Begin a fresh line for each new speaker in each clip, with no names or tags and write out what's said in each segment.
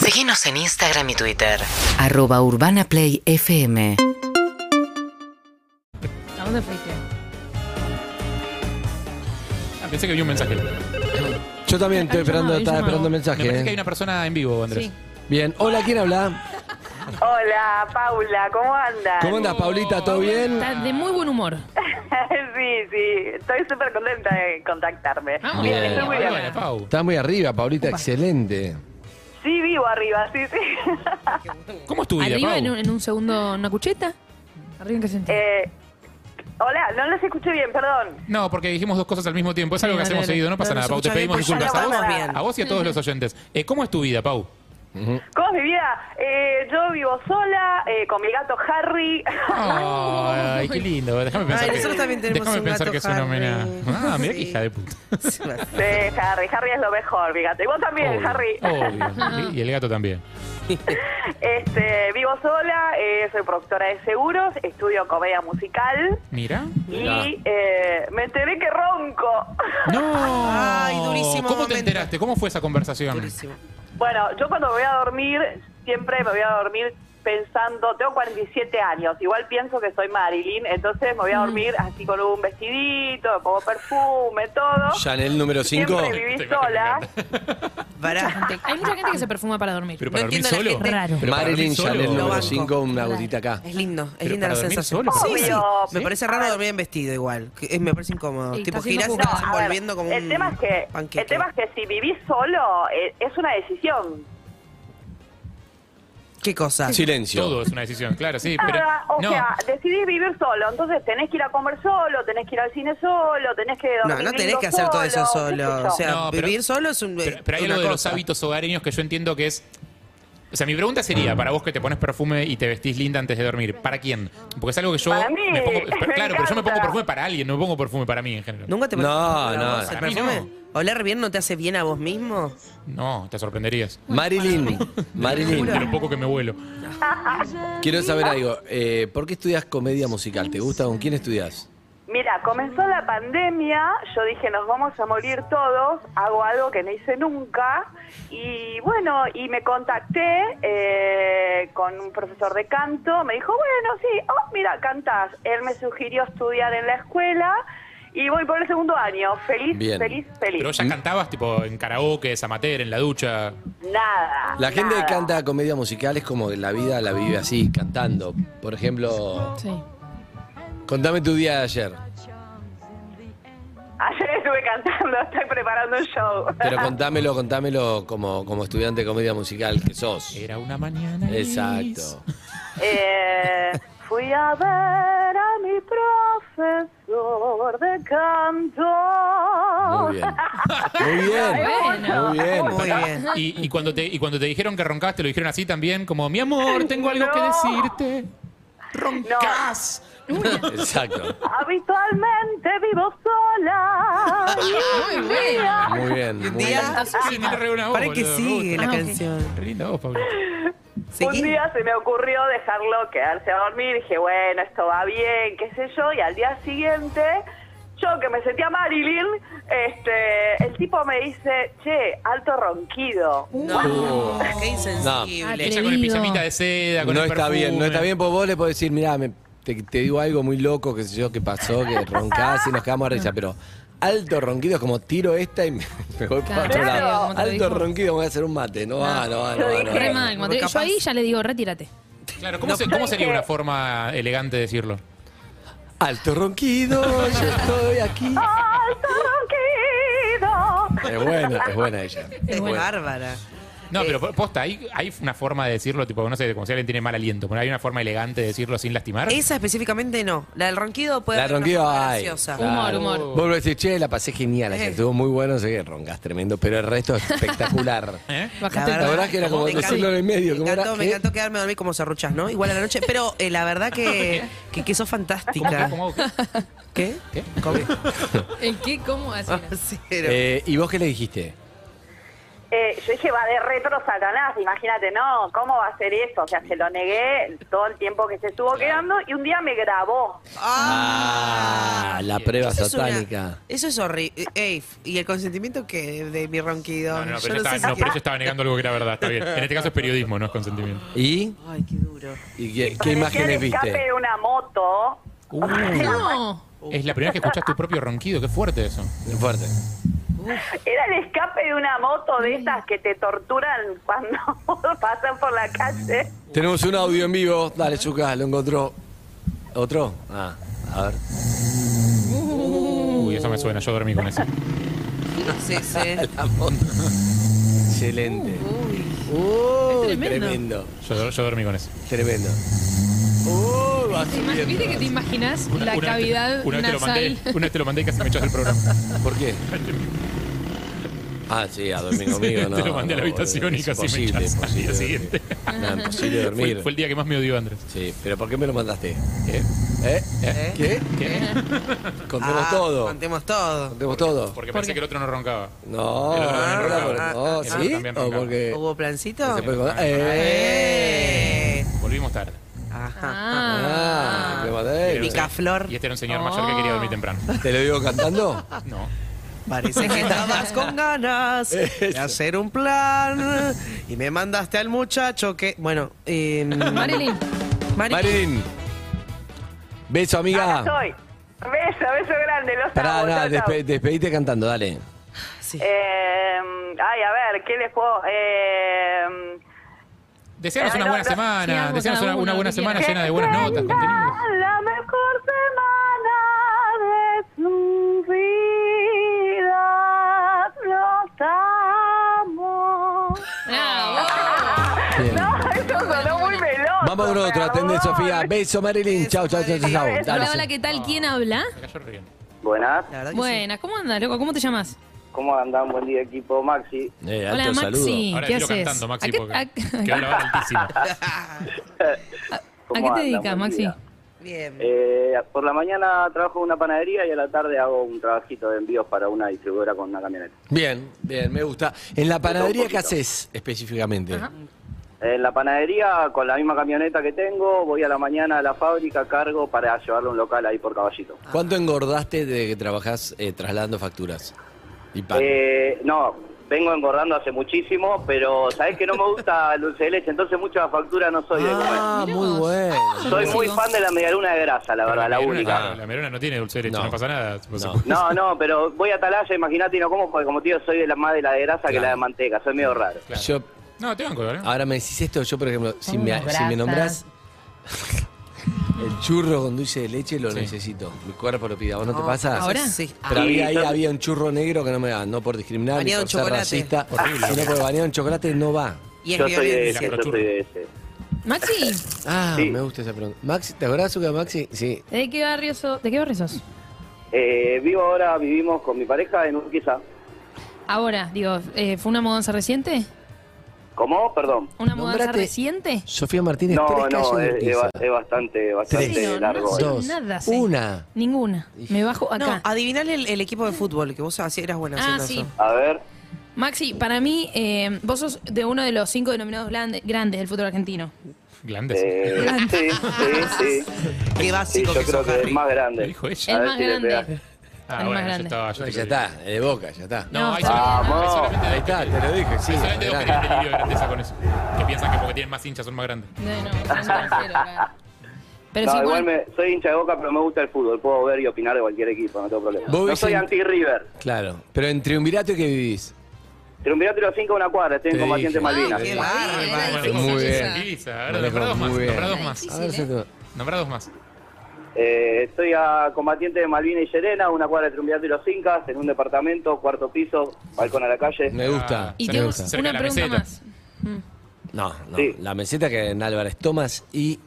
Seguinos en Instagram y Twitter.
Arroba Urbana Play FM.
¿A dónde fuiste?
Ah, pensé que había un mensaje.
Yo también
Hay
estoy esperando,
llamado, hay
estaba esperando
llamado.
un
Me parece que
mensaje.
hay
¿eh?
una persona en vivo, Andrés.
Sí.
Bien. Hola, ¿quién habla?
Hola, Paula, ¿cómo andas?
¿Cómo andas, Paulita? ¿Todo bien?
Está de muy buen humor.
sí, sí, estoy súper contenta de contactarme.
Ah.
Vamos.
Bien.
estoy muy bien.
Hola, Eh, Pau.
Estás muy arriba, Paulita, excelente.
Sí, vivo arriba, sí, sí.
¿Cómo es tu vida,
¿Arriba
Pau?
en un, en un segundo una cucheta? ¿Arriba en qué sentido?
Eh, hola, no los escuché bien, perdón.
No, porque dijimos dos cosas al mismo tiempo. Es algo que
Sí,
hacemos
dale,
seguido, no pasa
No nos
nada, Pau. Te
escucha
pedimos
bien,
disculpas
pero
a
ya
vos,
hablamos bien.
a vos y a todos los oyentes. Eh, ¿Cómo es tu vida, Pau?
¿Cómo es mi vida? Eh, yo vivo sola, eh, con mi gato Harry.
Ay, qué lindo. Déjame pensar.
Ay,
que,
nosotros también tenemos
déjame
un
pensar
gato
que es una homenaje.
Harry.
Ah, mira qué
Sí.
hija de puta.
Sí, Harry, Harry es lo mejor, mi gato. Y vos también,
Obvio,
Harry.
obvio. Y y el gato también.
Este, vivo sola, eh, soy productora de seguros, estudio comedia musical
Mira.
y eh, me enteré que ronco.
No.
Ay, durísimo
¿Cómo
momento.
te enteraste? ¿Cómo fue esa conversación?
Durísimo.
Bueno, yo cuando me voy a dormir, siempre me voy a dormir pensando, tengo 47 años, igual pienso que soy Marilyn, entonces me voy
Mm.
a dormir así con un vestidito, me pongo perfume, todo.
Chanel número cinco.
Siempre viví sola.
Pará.
Gente- Hay mucha gente que se perfuma para dormir.
Pero para
No
dormir
entiendo la
solo.
gente.
Raro.
Pero para
Marilyn
dormir solo.
Chanel
Lo
número
banco.
5, una gotita acá.
Es lindo, es
Pero
linda la
para dormir
sensación.
solo.
Sí, sí.
Obvio.
Me parece raro dormir en vestido igual. que- eh, me parece incómodo.
Sí,
tipo,
está haciendo
girás y
jugo.
No,
estás
a ver,
envolviendo como
el
un
tema es que
panqueque.
el tema es que si vivís solo eh, es una decisión.
¿Qué cosa?
Silencio.
Todo es una decisión, claro, sí.
Ah,
Pero,
Nada, o
no.
sea, decidís vivir solo, entonces tenés que ir a comer solo, tenés que ir al cine solo, tenés que dormir
No, no tenés
lindo
que hacer todo eso
qué sé
solo.
yo.
O sea,
No, pero-
vivir solo es un.
Pero, pero hay
una
algo de los
cosa.
hábitos hogareños que yo entiendo que es. O sea, mi pregunta
Mm.
sería, para vos que te pones perfume y te vestís linda antes de dormir, ¿para quién? Porque es algo que yo
Para mí,
me pongo.
me
pero claro, pero yo me
encanta.
pongo perfume para alguien, no me pongo perfume para mí en general.
¿Nunca te
No,
pones-
no,
¿El
para mí
perfume? ¿Oler bien no te hace bien a vos mismo?
No, te sorprenderías.
Marilyn,
De
Marilyn,
lo poco que me vuelo.
quiero saber algo. Eh, ¿Por qué estudias comedia musical? ¿Te gusta? ¿Con quién estudias?
Mira, comenzó la pandemia, yo dije nos vamos a morir todos, hago algo que no hice nunca y bueno, y me contacté eh, con un profesor de canto, me dijo, bueno, sí, oh, mira, cantás. Él me sugirió estudiar en la escuela y voy por el segundo año, feliz,
Bien.
feliz, feliz.
Pero ya
Mm.
cantabas tipo en karaoke, amateur, en la ducha.
Nada.
La gente
nada.
que canta comedia musical es como que la vida la vive así, cantando. Por ejemplo,
Sí.
contame tu día de ayer.
Ayer estuve cantando, estoy preparando un show.
Pero contámelo, contámelo como, como estudiante de comedia musical que sos.
Era una mañana. gris.
Exacto.
Eh, fui a ver a mi profesor de canto.
Muy bien. Muy bien.
Bueno.
Muy bien.
Muy bien.
Y, y cuando te, y cuando te dijeron que roncabas, te lo dijeron así también, como, mi amor, tengo algo que
No.
decirte. ¡Roncás!
Exacto.
Habitualmente vivo sola.
Muy bueno.
Muy bien.
Y un
muy bien.
día.
Sí, tiene re buena voz,
Para que
boludo, me
sigue la
Ah, ok.
canción.
gusta. Re linda voz, Pablo.
Un
Seguí.
día se me ocurrió dejarlo quedarse a dormir. Dije, bueno, esto va bien, qué sé yo. Y al día siguiente, yo que me sentía Marilyn, este, el tipo me dice, che, alto ronquido.
No, qué insensible.
Ella con el
Atrevido.
pijamita de seda, con
No
el
está bien, no
perfume.
está bien, porque vos le podés decir, mirá, me- te, te digo algo muy loco, que sé yo, que pasó, que roncás y nos quedamos a risa, pero alto ronquido es como tiro esta y me, me voy para otro
Claro,
lado.
como te
Alto
dijo.
ronquido, me voy a hacer un mate. No va, no va, no
Yo
va. no
dije-
Re
va.
mal, cuando te-
Capaz-
Yo ahí ya le digo, retírate.
Claro, ¿cómo, se- cómo sería una forma elegante de decirlo?
Alto ronquido, yo estoy aquí.
Alto ronquido.
Es buena, es buena ella.
Ah,
Es bárbara.
No, pero po- posta, ¿hay, hay una forma de decirlo, tipo, no sé, como si alguien tiene mal aliento, pero hay una forma elegante de decirlo sin lastimar.
Esa específicamente no. La del ronquido puede
La
ser una
ronquido
forma
ay,
graciosa. Eh.
Humor,
claro.
humor.
Vos me decís, che, la pasé genial ayer, estuvo muy bueno, sé que roncas tremendo, pero el resto es espectacular.
¿Eh?
Bajaste
La
el
La verdad que era como
Me encanta-
decirlo en el medio.
Me
como
encantó,
era,
me
¿qué?
encantó quedarme a dormir como serruchas, ¿no? Igual a la noche, pero eh, la verdad que, que, que sos fantástica.
¿Cómo- cómo-
¿Qué?
¿Qué?
¿Cómo?
¿El qué? ¿Cómo? Así.
Ah, sí, pero-
Eh, ¿Y vos qué le dijiste?
Eh, yo dije, va de retro Satanás, imagínate, no, ¿cómo va a ser eso? O sea, se lo negué todo el tiempo que se estuvo quedando y un día me grabó.
Ah, la prueba
Eso es una-
satánica.
eso es horrible. Ey, f- ¿y el consentimiento qué de, de mi ronquido?
No, no, no,
Yo
pero, yo
no sé
estaba,
si-
no, pero yo estaba negando algo que era verdad, está bien. En este caso es periodismo, no es consentimiento.
¿Y?
Ay, qué duro.
¿Y qué, qué
Parecía
imágenes
el escape
viste?
de una moto.
Uh,
No.
es la primera vez que escuchas tu propio ronquido, qué fuerte eso.
Fuerte.
Era el escape de una moto de esas que te torturan cuando pasan por la calle.
Tenemos un audio en vivo. Dale, Chuca, lo encontró. ¿Otro? Ah, a ver.
Uy, eso me suena, yo dormí con eso.
Sí, sí.
Excelente.
Uh,
Uy,
Es tremendo.
tremendo.
Yo, dor- yo dormí con eso.
Tremendo. Uy, va
Ima-
subiendo.
¿Viste que te imaginas
Una-
la
una vez te-
cavidad
una vez te lo
nasal?
mandé, una vez te lo mandé y casi me echas del programa.
¿Por qué? Ah, sí, a dormir conmigo, no.
te lo mandé a la
no,
habitación y
es
casi me
imposible,
echas al
imposible
día
dormir.
siguiente.
No, imposible dormir.
Fue, fue el día que más me odió Andrés.
Sí, pero ¿por qué me lo mandaste? ¿Eh? ¿Eh? ¿Eh? ¿Qué?
¿Qué?
Contemos
Ah,
todo.
Contemos todo.
Contemos todo.
Porque pensé que el otro no roncaba.
No,
El otro
no,
también
no,
roncaba.
no,
El otro
¿sí?
también
¿O
roncaba.
porque
¿Hubo plancito?
se puede contar? ¡Eh!
Eh.
Volvimos tarde.
Ajá.
Ah.
Ah, me maté.
Picaflor.
Y este era un señor mayor que quería dormir temprano.
¿Te lo digo cantando?
No.
Parece que estabas con ganas de hacer un plan y me mandaste al muchacho que. Bueno, eh,
Marilyn,
Marilyn.
Marilyn. Beso,
Acá
amiga.
estoy. Beso, beso grande, los
Pará,
amo,
nada,
chau, chau.
despe- despedite cantando, dale.
Sí.
Eh, ay, a ver, ¿qué les puedo...? Eh,
Deseanos
Ay,
una
no,
buena
no.
semana.
Sigamos
Deseanos
cada
una, una
uno,
buena
lo que
semana
quieras.
llena de buenas notas, contenidos.
la mejor semana de su vida. Los amo.
Ah,
Bien.
No, eso sonó muy veloz.
Vamos con otro, atende Sofía. Beso, Marilyn. Chau, chau, chau, chau. chau. Dale,
hola, hola, ¿qué tal? ¿Quién habla?
Me cayó re bien.
Buenas,
La verdad que sí.
Buenas, ¿cómo andas, loco? ¿Cómo te llamas?
¿cómo andan? Buen día, equipo Maxi.
sí. Eh,
Hola,
alto saludo.
Maxi.
Ahora
¿Qué
quiero
haces?
cantando, Maxi,
¿A qué-
porque
a-
quedó la hora altísima.
¿A
¿Cómo
qué te
andan?
dedicas,
Buen
Maxi?
día.
Bien.
Eh, por la mañana trabajo en una panadería y a la tarde hago un trabajito de envíos para una distribuidora con una camioneta.
Bien, bien, me gusta. En la panadería, ¿qué
poquito.
haces específicamente?
En la panadería, con la misma camioneta que tengo, voy a la mañana a la fábrica, cargo para llevarlo a un local ahí por caballito.
¿Cuánto engordaste desde que trabajás eh, trasladando facturas? Y pan.
Eh, no, vengo engordando hace muchísimo, pero sabés que no me gusta el dulce de leche, entonces mucha factura no soy de comer.
ah,
mirá
muy
vos.
bueno.
Soy muy fan de la medialuna de grasa, la verdad, la
Pero merona,
única.
claro, la merona no tiene dulce de leche, no,
No.
pasa nada. Por
No.
supuesto.
No, no, pero voy a Atalaya, imagínate, y no como, porque como tío soy de la, más de la de grasa que
Claro.
la de manteca, soy medio raro.
Claro.
Yo,
No, te banco, ¿eh? ¿verdad?
ahora me decís esto, yo por ejemplo, si me,
Somos
si me
grasas.
nombrás el churro con dulce de leche, lo
Sí.
necesito. Mi cuerpo lo pide. ¿A vos no te pasa?
¿Ahora? Sí.
Pero
Ah.
había, ahí
Sí, yo-
había un churro negro que no me da, no por discriminar, ni
Bañado
por
en
ser
chocolate.
racista,
Horrible.
sino porque bañado en chocolate no va.
Y es
yo soy de
violencia.
ese, yo soy de ese.
Maxi,
Ah,
Sí.
me gusta esa pregunta. Maxi, ¿te acordás, Zucca, Maxi? Sí.
¿de qué barrio sos? ¿De qué barrio sos?
Eh, vivo ahora, vivimos con mi pareja en Urquiza.
Ahora, digo, eh, ¿fue una mudanza reciente?
¿Cómo? Perdón.
¿Una mudanza
Nombrate-
reciente?
Sofía Martínez,
No,
tres
no,
calles de
es, es
Urquiza.
ba- es bastante, bastante
Tres.
Sí, no,
largo.
no,
Dos,
nada, sí.
una.
Ninguna. Me bajo
No, ah,
acá.
adivinale el, el equipo de fútbol, que vos así eras buena
Ah,
haciendo
sí.
eso.
A ver,
Maxi, para mí, eh, vos sos de uno de los cinco denominados glande- grandes del fútbol argentino.
Glandes.
eh, sí, sí, sí.
Qué
Sí,
básico
yo
que
creo
sos,
que es
Harry.
más grande.
Lo dijo ella.
A
El
ver
más
si le
grande.
pegás.
Ah,
el
bueno,
más
ya
grande.
estaba. yo
No,
te
ya
lo digo.
está, de boca, ya está.
No,
No,
hay
está
solamente,
bien.
hay solamente
Ahí está, te lo dije, sí.
Hay solamente dos que
grande.
tienen delirio de grandeza con eso. Que piensan que porque tienen más hinchas son más grandes.
No, no, no, tercero, acá. Pero
no,
sí,
igual
bueno,
me, soy hincha de boca, pero me gusta el fútbol. Puedo ver y opinar de cualquier equipo, no tengo problema.
Vos
No
vivís
soy
en-
anti-River.
Claro, pero en Triunvirato que vivís.
Triunvirato y los cinco a una cuadra, estoy en
Te
combatiente
dije.
Malvinas.
Ah, qué
Sí.
bárbaro.
Era
Muy
difícil
bien.
esa.
Divisa, a ver,
Muy
nombrá dos más.
bien.
Nombrá dos
Era
más.
A ver,
Difícil,
Zucca.
Nombrá dos más.
Eh, estoy a combatiente de Malvina y Serena, una cuadra de Triunvirato y los Incas, en un departamento, cuarto piso, balcón a la calle.
Me gusta.
Y
me
tengo
gusta.
Cerca de
una
la
pregunta
meseta.
más.
No, no.
Sí.
La meseta que en Álvarez Tomás y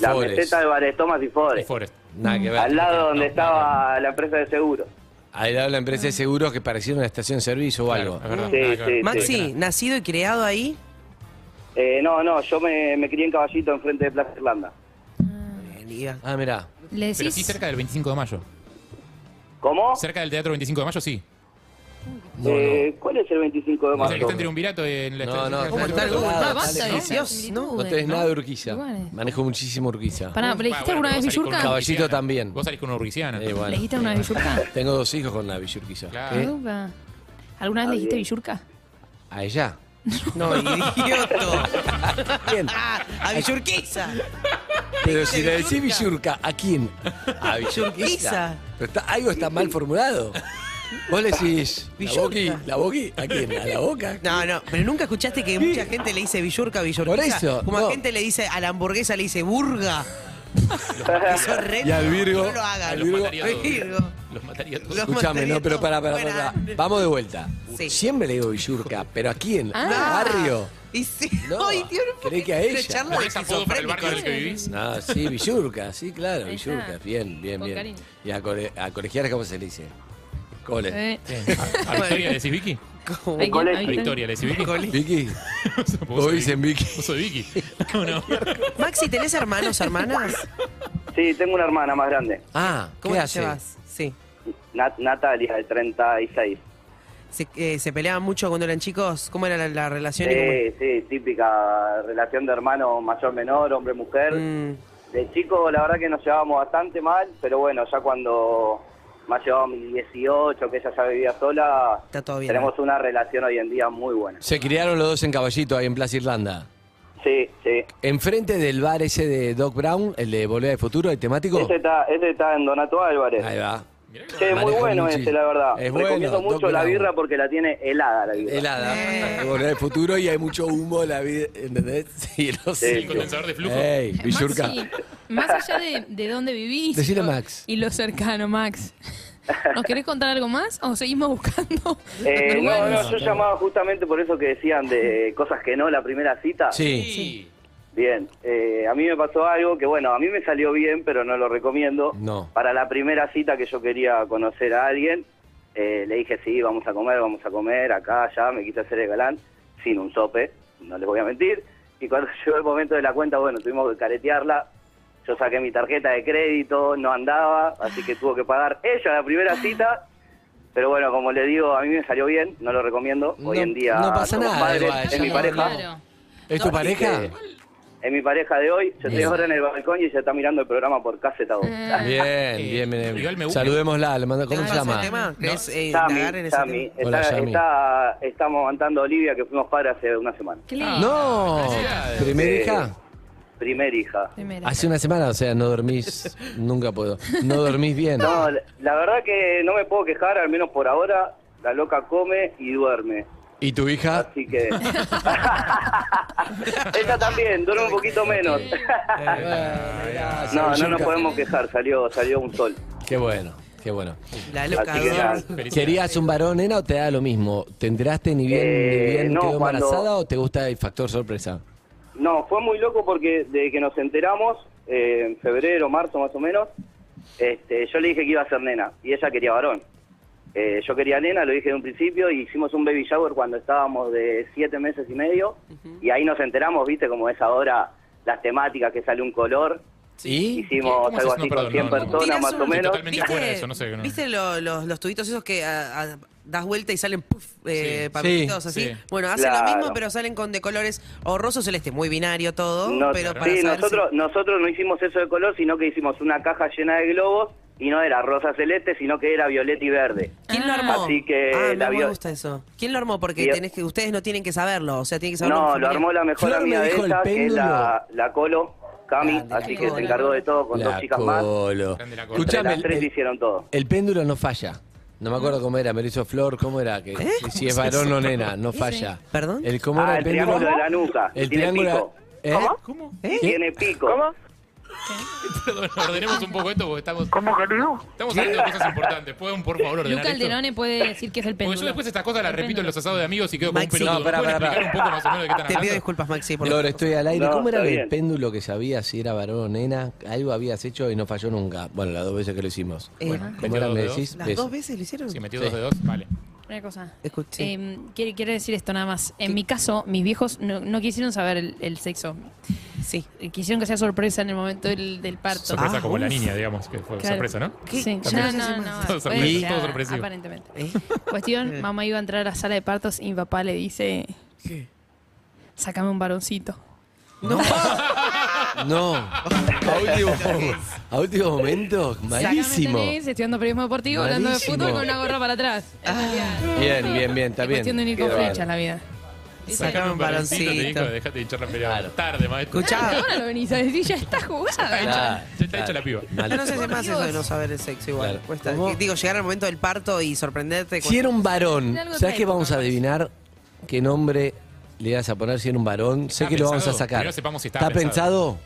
La
Forest.
meseta de Baretomas y
Y
Fores.
Forest.
Nada que ver.
Al lado
No,
donde
no, no.
estaba la empresa de seguros.
Al lado de la empresa de seguros que pareciera una estación de servicio o
Claro,
algo.
es verdad, nada
Sí,
que ver.
sí, sí.
Maxi, nacido y criado ahí.
Eh, no, no, yo me, me crié en Caballito enfrente de Plaza Irlanda.
Liga.
Ah, mirá.
Le
Pero sí
decís.
cerca del 25 de mayo.
¿Cómo?
Cerca del Teatro 25 de mayo, sí.
Eh, ¿Cuál es el 25 de
O sea, que
mayo?
está en triunvirato en la
No,
estrategia
no,
de-
¿Cómo
está el Google
Dale,
Maps?
dale,
Dios, no.
No tenés nada de Urquiza.
Lugares.
Manejo muchísimo Urquiza.
Pará, ¿le
Ah,
dijiste
bueno,
alguna vez
vos salís con
Villurca?
una
Caballito
urquiziana.
también.
Vos salís con una urquiciana.
Eh,
¿Le
bueno. Eh,
dijiste alguna vez Villurca?
Tengo dos hijos con la Villurquiza.
Claro.
¿Eh?
Upa. ¿Alguna vez le dijiste Villurca?
¿A ella?
No, idiota.
¿Quién?
Ah, a Villurquiza.
Pero si le decís Villurca, ¿a quién? A Villurquiza.
Villurquiza.
Pero está- algo está mal formulado. Vos le decís, ¿la
Villurca.
boqui? ¿La boqui? ¿A quién? ¿A la boca?
No, no, pero nunca escuchaste que mucha gente le dice Villurca, Villurquiza.
Por eso,
Como
no.
a gente le dice a la hamburguesa, le dice burga. Eso es re
Y al Virgo,
No lo hagan.
al Virgo.
mataría a todos.
Virgo.
Los mataría a todos.
Los
Escúchame, no,
mataría
pero
todos.
pará, pará,
Buena.
pará. Vamos de vuelta.
Sí.
Siempre le digo Villurca, ¿pero a quién? ¿Al
Ah.
barrio?
Y sí.
No,
Ay, Dios, no
¿crees que a
puedo-
ella?
Pero charla de
¿Ponés apodo para el barrio del que vivís?
esquizofrénicos.
No, sí, Villurca, sí, claro,
Ahí está.
Villurca. Bien, bien,
Con
bien.
cariño.
Y a, cole- a colegialas, ¿cómo se le dice? Cole.
Eh,
¿A Victoria le decís Vicky?
¿a quién?
colegio.
¿A
¿A
Victoria?
Victoria le decís Vicky?
Vicky,
Vos sos
dicen Vicky.
Vos sos Vicky. No, no.
Maxi, ¿tenés hermanos, hermanas?
Sí, tengo una hermana más grande,
ah, ¿qué
¿Cómo te
hace?
llevas? Sí.
Nat- Natalia, de 36.
¿Se, eh, se peleaban mucho cuando eran chicos? ¿Cómo era la, la relación? y
Sí, sí, típica relación de hermano mayor-menor, hombre-mujer.
cómo- Mm,
De chico, la verdad que nos llevábamos bastante mal, pero bueno, ya cuando me ha llevado mis 18, que ella ya vivía sola,
Está todo bien,
tenemos una relación hoy en día muy buena.
Se criaron los dos en Caballito, ahí en Plaza Irlanda.
Sí, sí.
Enfrente del bar ese de Doc Brown, el de Volver al Futuro, el temático.
Ese está, ese está en Donato Álvarez.
Ahí va.
Che, muy
Maneja
bueno
muchísimo.
ese, la verdad.
Es
Recomiendo
bueno,
mucho
Doc
la
Brown.
birra porque la tiene helada la birra.
Eh.
Helada. de Volver al Futuro y hay mucho humo en la vida, ¿entendés? Sí, lo sé.
El condensador de flujo.
Ey, Villurca.
Maxi, más allá de, de dónde vivís
Decile
y lo-
Max.
y lo cercano, Max. ¿Nos querés contar algo más o seguimos buscando?
Eh, no,
lugares?
no, yo llamaba justamente por eso que decían de cosas que no, la primera cita.
Sí.
Sí.
Bien, eh, a mí me pasó algo que, bueno, a mí me salió bien, pero no lo recomiendo.
No.
Para la primera cita que yo quería conocer a alguien, eh, le dije, sí, vamos a comer, vamos a comer, acá, allá, me quise hacer el galán, sin un sope, no les voy a mentir. Y cuando llegó el momento de la cuenta, bueno, tuvimos que caretearla. Yo saqué mi tarjeta de crédito, no andaba, así que tuvo que pagar ella la primera cita. Pero bueno, como le digo, a mí me salió bien, no lo recomiendo. Hoy
No-
en día
no pasa
somos
nada,
padres,
igual,
es mi
ya
pareja.
Claro.
¿Es tu pareja?
Es mi pareja de hoy. Yo estoy
Bien. Mm.
ahora en el balcón y ella está mirando el programa por caseta voz.
Bien, bien,
Eh, igual
bien.
me gusta.
Saludémosla, le mando,
¿Te
¿cómo se
gusta ese
llama?
tema? ¿Querés, eh,
Yami,
indagar en ese
Yami,
tema?
está,
Hola, Yami.
está- estamos aguantando a Olivia, que fuimos padres hace una semana.
Qué lindo.
No,
Felicidades.
primera
Eh,
hija.
Primer hija.
Primera.
Hace una semana, o sea, no dormís, nunca puedo. No dormís bien.
No, la- la verdad que no me puedo quejar, al menos por ahora. La loca come y duerme.
¿Y tu hija?
Así que. ella también, duerme un poquito menos. No, no nos podemos quejar, salió, salió un sol.
Qué bueno, qué bueno.
La loca.
Así que nada.
¿Querías un varón, nena, o te da lo mismo? ¿Te enteraste ni bien, ni
Eh,
bien
no,
quedó
cuando-
embarazada o te gusta el factor sorpresa?
No, fue muy loco porque de que nos enteramos, eh, en febrero, marzo más o menos, este, yo le dije que iba a ser nena y ella quería varón. Eh, yo quería nena, lo dije de un principio, y hicimos un baby shower cuando estábamos de siete meses y medio, y ahí nos enteramos, viste, como es ahora las temáticas que sale un color.
¿Y?
Hicimos
¿Cómo se
algo
hace? No, perdón,
así con
no,
100
no.
personas
Tirás
más
una-
o menos.
Totalmente afuera eso, no sé, no.
¿Viste lo- los, los tubitos esos que ah, ah, das vuelta y salen puff, eh,
Sí.
papelitos
Sí,
así?
sí.
Bueno, hacen
Claro.
lo mismo, pero salen con de colores o rosa o celeste. Muy binario todo,
No-
pero para
sí,
saber
nosotros, nosotros no hicimos eso de color, sino que hicimos una caja llena de globos, y no era rosa celeste, sino que era violeta y verde.
si- ¿Quién lo armó?
Así que
ah,
la
no me
vio-
gusta eso. ¿Quién lo armó? Porque
Vio-
tenés que, ustedes no tienen que saberlo, o sea, tienen que saberlo.
No,
en
lo
familia.
armó la mejor
Flor me
amiga de
dijo el
ella, que es la, la Colo, Cami,
Grande,
así
la
que
Colo.
se encargó de todo con dos chicas más.
colo.
Grande la colo.
Entre
Escuchame,
las
el,
tres
el-
hicieron todo.
el péndulo no falla. No me acuerdo cómo era, me lo hizo Flor, ¿cómo era? Que si, si es varón o nena, no falla.
¿Perdón?
El, ¿Cómo
Ah,
era el
el
péndulo?
triángulo de la nuca,
El
tiene
triángulo.
pico.
¿Eh?
¿Eh?
Tiene pico.
Perdón, ordenemos un poco esto porque estamos. Estamos hablando de cosas importantes. ¿Pueden, por favor, ordenar
Luca
esto?
Alderone puede decir que es el
Porque yo
péndulo.
después estas cosas las repito en los asados de amigos y quedo como un
Maxi.
pelotudo. ¿Me
No, pará,
pueden
pará,
explicar un
pará.
poco más o menos de qué están
Te
hablando?
pido disculpas, Maxi, por
Flor, estoy al aire.
No,
¿Cómo era
está
el
bien.
péndulo que sabías si era varón o nena? Algo habías hecho y no falló nunca. Bueno, las dos veces que lo hicimos.
Eh,
¿Cómo era?
metió
¿Me
dos
decís?
¿Las
Eso.
dos veces lo hicieron?
Sí, metió dos de dos. Vale.
Una cosa.
Escuché.
Eh, quiere- quiero, decir esto nada más. En mi caso, mis viejos no, no quisieron saber el, el sexo.
Sí.
Eh, Quisieron que sea sorpresa en el momento del, del parto.
Sorpresa
Ah,
como la
uf.
niña, digamos, que fue
Claro.
sorpresa, ¿no?
Sí. No,
También.
no, no.
Todo
bueno,
sorpresa,
ya,
todo sorpresivo.
Aparentemente.
¿Eh?
Cuestión, mamá iba a entrar a la sala de partos y mi papá le dice,
¿Qué?
sácame un varoncito.
No. No. A último, a último momento, malísimo.
Sácame tenés, estudiando periodismo deportivo, hablando de
Malísimo. Ah,
fútbol con una gorra para atrás.
Bien, bien, bien, está
es
bien.
cuestión de unir
Qué
con
bárbaro.
flechas la vida.
Sacame un
baloncito, te dijo,
baloncito.
Dejate de hinchar la pelota. Tarde, maestro.
Escuchá.
Ahora lo venís a decir, ya está jugada.
Claro,
Ya está hecha
claro.
la piba.
Yo no sé
Malísimo.
si más eso de no saber el sexo igual.
Claro.
Cuesta.
¿Cómo?
Digo, llegar al momento del parto y sorprenderte.
Si era un varón,
Era algo
¿sabes qué
trágico,
vamos a
capaz.
adivinar? ¿Qué nombre le vas a poner si era un varón? Sé
¿Está
que lo vamos a
pensado?
sacar.
Primero sepamos si está
pensado?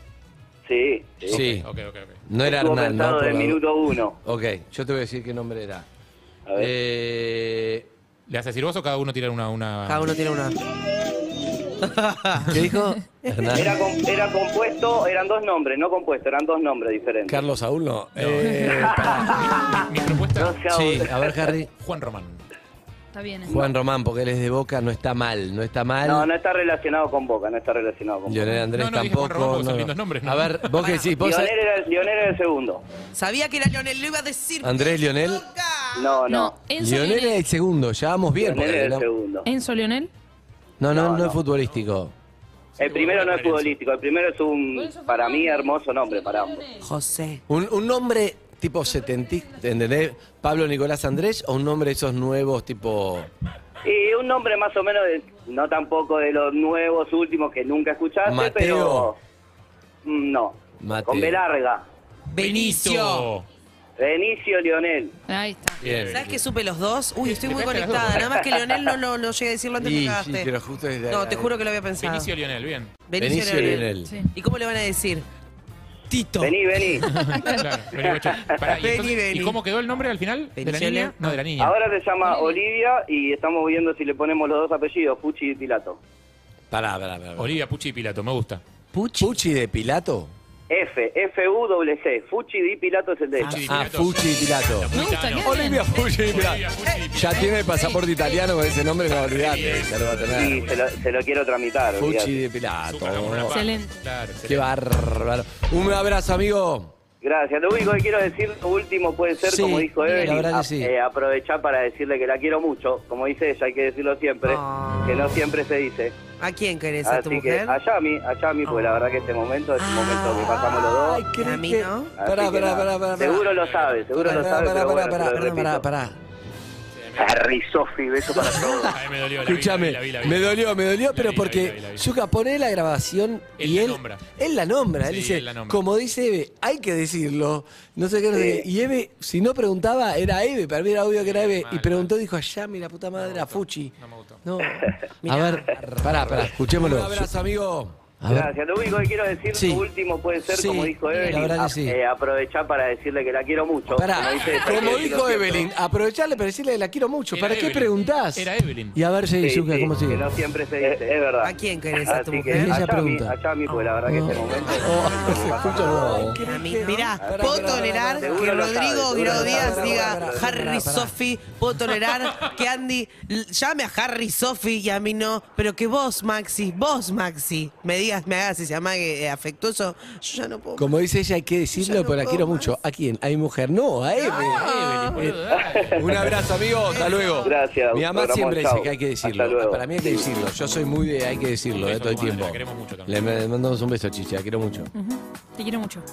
Sí, sí.
Sí.
Ok, ok, ok.
No era
Estuvo
Hernán,
pensado
¿no? Por
de
la-
minuto uno.
Ok, yo te voy a decir qué nombre era.
A ver.
Eh,
¿Le haces decir vos o cada uno tira una. una...
Cada uno tiene una.
¿Qué dijo? Hernán.
Era, com- era compuesto, eran dos nombres, no compuesto, eran dos nombres diferentes.
Carlos Saúl no. Eh, pará.
Mi propuesta,
No sea-
sí, a ver, Harry.
Juan Román.
Está bien. ¿eh?
Juan Román, porque él es de Boca, no está mal, no está mal.
No, no está relacionado con Boca, no está relacionado con Boca.
Lionel Andrés
No, no, dije
tampoco.
Juan Román porque son
no, no.
lindos nombres, ¿no?
A ver, vos que decís, vos.
Lionel era, el- Lionel era el segundo.
Sabía que era Lionel, lo iba a decir.
Andrés Lionel.
No, no.
No, Eh. Enzo
Lionel era
Lionel.
el segundo, ya vamos bien.
Lionel
porque
era el
no-
segundo.
Enzo Lionel.
no, no,
No,
no,
no.
es futbolístico.
El primero no es futbolístico, el primero es un, para mí, hermoso nombre para ambos.
José.
Un, un nombre tipo 70, ¿entendés? Pablo Nicolás Andrés o un nombre de esos nuevos tipo.
Y un nombre más o menos, de- no tampoco de los nuevos últimos que nunca escuchaste,
Mateo.
pero... Mm, No,
Mateo.
con B larga.
Benicio.
Benicio Lionel.
Ahí está.
Bien.
¿Sabes qué supe los dos? Uy, estoy muy
Te pegaste
conectada.
las dos.
Nada más que Leonel no, no, no llegué a decirlo antes
Y-
que
sí,
cagaste.
pero justo desde
No,
ahí.
te juro que lo había pensado.
Benicio Lionel, bien.
Benicio
Benicio
Lionel.
Lionel.
Sí.
¿Y cómo le van a decir? Tito.
Vení, vení.
Claro, vení, guacho. Pará, y,
Vení,
entonces,
vení.
¿Y cómo quedó el nombre al final? ¿De la
Benicio
niña?
Leo.
No, de la niña.
Ahora se llama Olivia y estamos viendo si le ponemos los dos apellidos, Pucci y Pilato.
Pará, pará, pará. pará.
Olivia Pucci y Pilato, me gusta.
Pucci. Pucci de Pilato.
F, F-U-C, Fuchi di Pilato es el de
Ah,
ella.
y
ah,
Pilato.
Pucci y Pilato.
Me gusta, queda
Olivia
bien.
Olivia
Pucci y Pilato.
Pucci y
Eh,
Pilato.
Ya tiene el pasaporte italiano con ese nombre, no olvidate. Ya lo va a
Sí,
tener.
se lo, se lo quiero tramitar.
Pucci
olvidate.
de Pilato.
Súper, hagamos una paja.
Excelente.
Claro,
Qué
excelente.
bárbaro. Un abrazo, amigo.
Gracias. Lo único que quiero decir, lo último puede ser,
Sí,
como dijo
la
Evelyn,
verdad que
a-
sí.
eh, aprovechar para decirle que la quiero mucho. Como dice ella, hay que decirlo siempre,
Ah.
que no siempre se dice.
¿A quién querés? ¿A tu
Así que
mujer?
a Yami, a Yami, porque la verdad que este momento es un momento que pasamos los dos.
Ah. Ay, ¿crees
A mí
que-
no.
Así
Pará,
que
pará,
nada.
pará, pará.
Seguro lo sabe, seguro
Pará,
lo sabe.
pará,
pero
pará,
bueno,
pará,
se lo
pará, pará,
repito.
pará.
Harry Sofi, beso para todos.
Ay, me dolió, la vi,
Escúchame,
la vi, la vi, la vi.
me dolió, me dolió, pero
vi, la vi, la vi, la
porque
vi.
Yuka pone la grabación
Él
y
la
él,
nombra.
él la nombra. Él
Sí,
dice,
él la nombra.
como dice Eve, hay que decirlo. No sé qué, no sé qué. Y Eve, si no preguntaba, era Eve. Para mí era obvio que era Eve. Y preguntó, dijo, allá, mira, puta madre, a Fuchi.
No me gustó.
No. A ver, pará, pará, escuchémoslo. Un abrazo, amigo. A ver.
Gracias. Lo único que quiero decir,
Sí.
lo último puede ser,
Sí,
como dijo
la
Evelyn,
verdad que
a-
sí.
eh, aprovechar para decirle que la quiero mucho.
Pará,
Como dice,
como
sí, lo
dijo
siento.
Evelyn, aprovecharle para decirle la quiero mucho.
Era
¿Para qué
Evelyn.
preguntás?
Era Evelyn.
Y a ver, sí,
Sí,
Yuka,
sí,
¿cómo sigue?
Que no siempre se dice, es verdad.
¿A quién querés? ¿A tu
Así que
mujer?
Ella
a Chami,
pregunta.
a Chami, pues la verdad que este momento...
Oh, se escucha nuevo.
A mí, mirá,
Pará,
puedo
pará,
tolerar
pará,
pará.
que
Seguro lo
Rodrigo
sabe,
Grau
seguro lo
Díaz
sabe,
diga
pará,
pará,
Harry
pará, pará.
Sofi, puedo tolerar que Andy l- llame a Harry Sofi y a mí no, pero que vos, Maxi, vos, Maxi, me digas, me hagas ese amague eh, afectuoso, yo ya no puedo.
Como dice ella, hay que decirlo,
Ya no
pero la
puedo
quiero
más.
mucho. ¿A quién? ¿A mi mujer? No, a Eve.
Evelyn, boludo, dale.
Un abrazo, amigo. Hasta luego.
Gracias,
Mi mamá
Ramón,
siempre dice
chao.
que hay que
Hasta
decirlo.
luego.
Para mí hay que decirlo. Yo soy muy de hay que decirlo,
Un
de
beso
todo el
a tu madre,
tiempo.
la queremos mucho
Le
también.
le mandamos un beso a Chicha, la quiero mucho.
Te quiero mucho.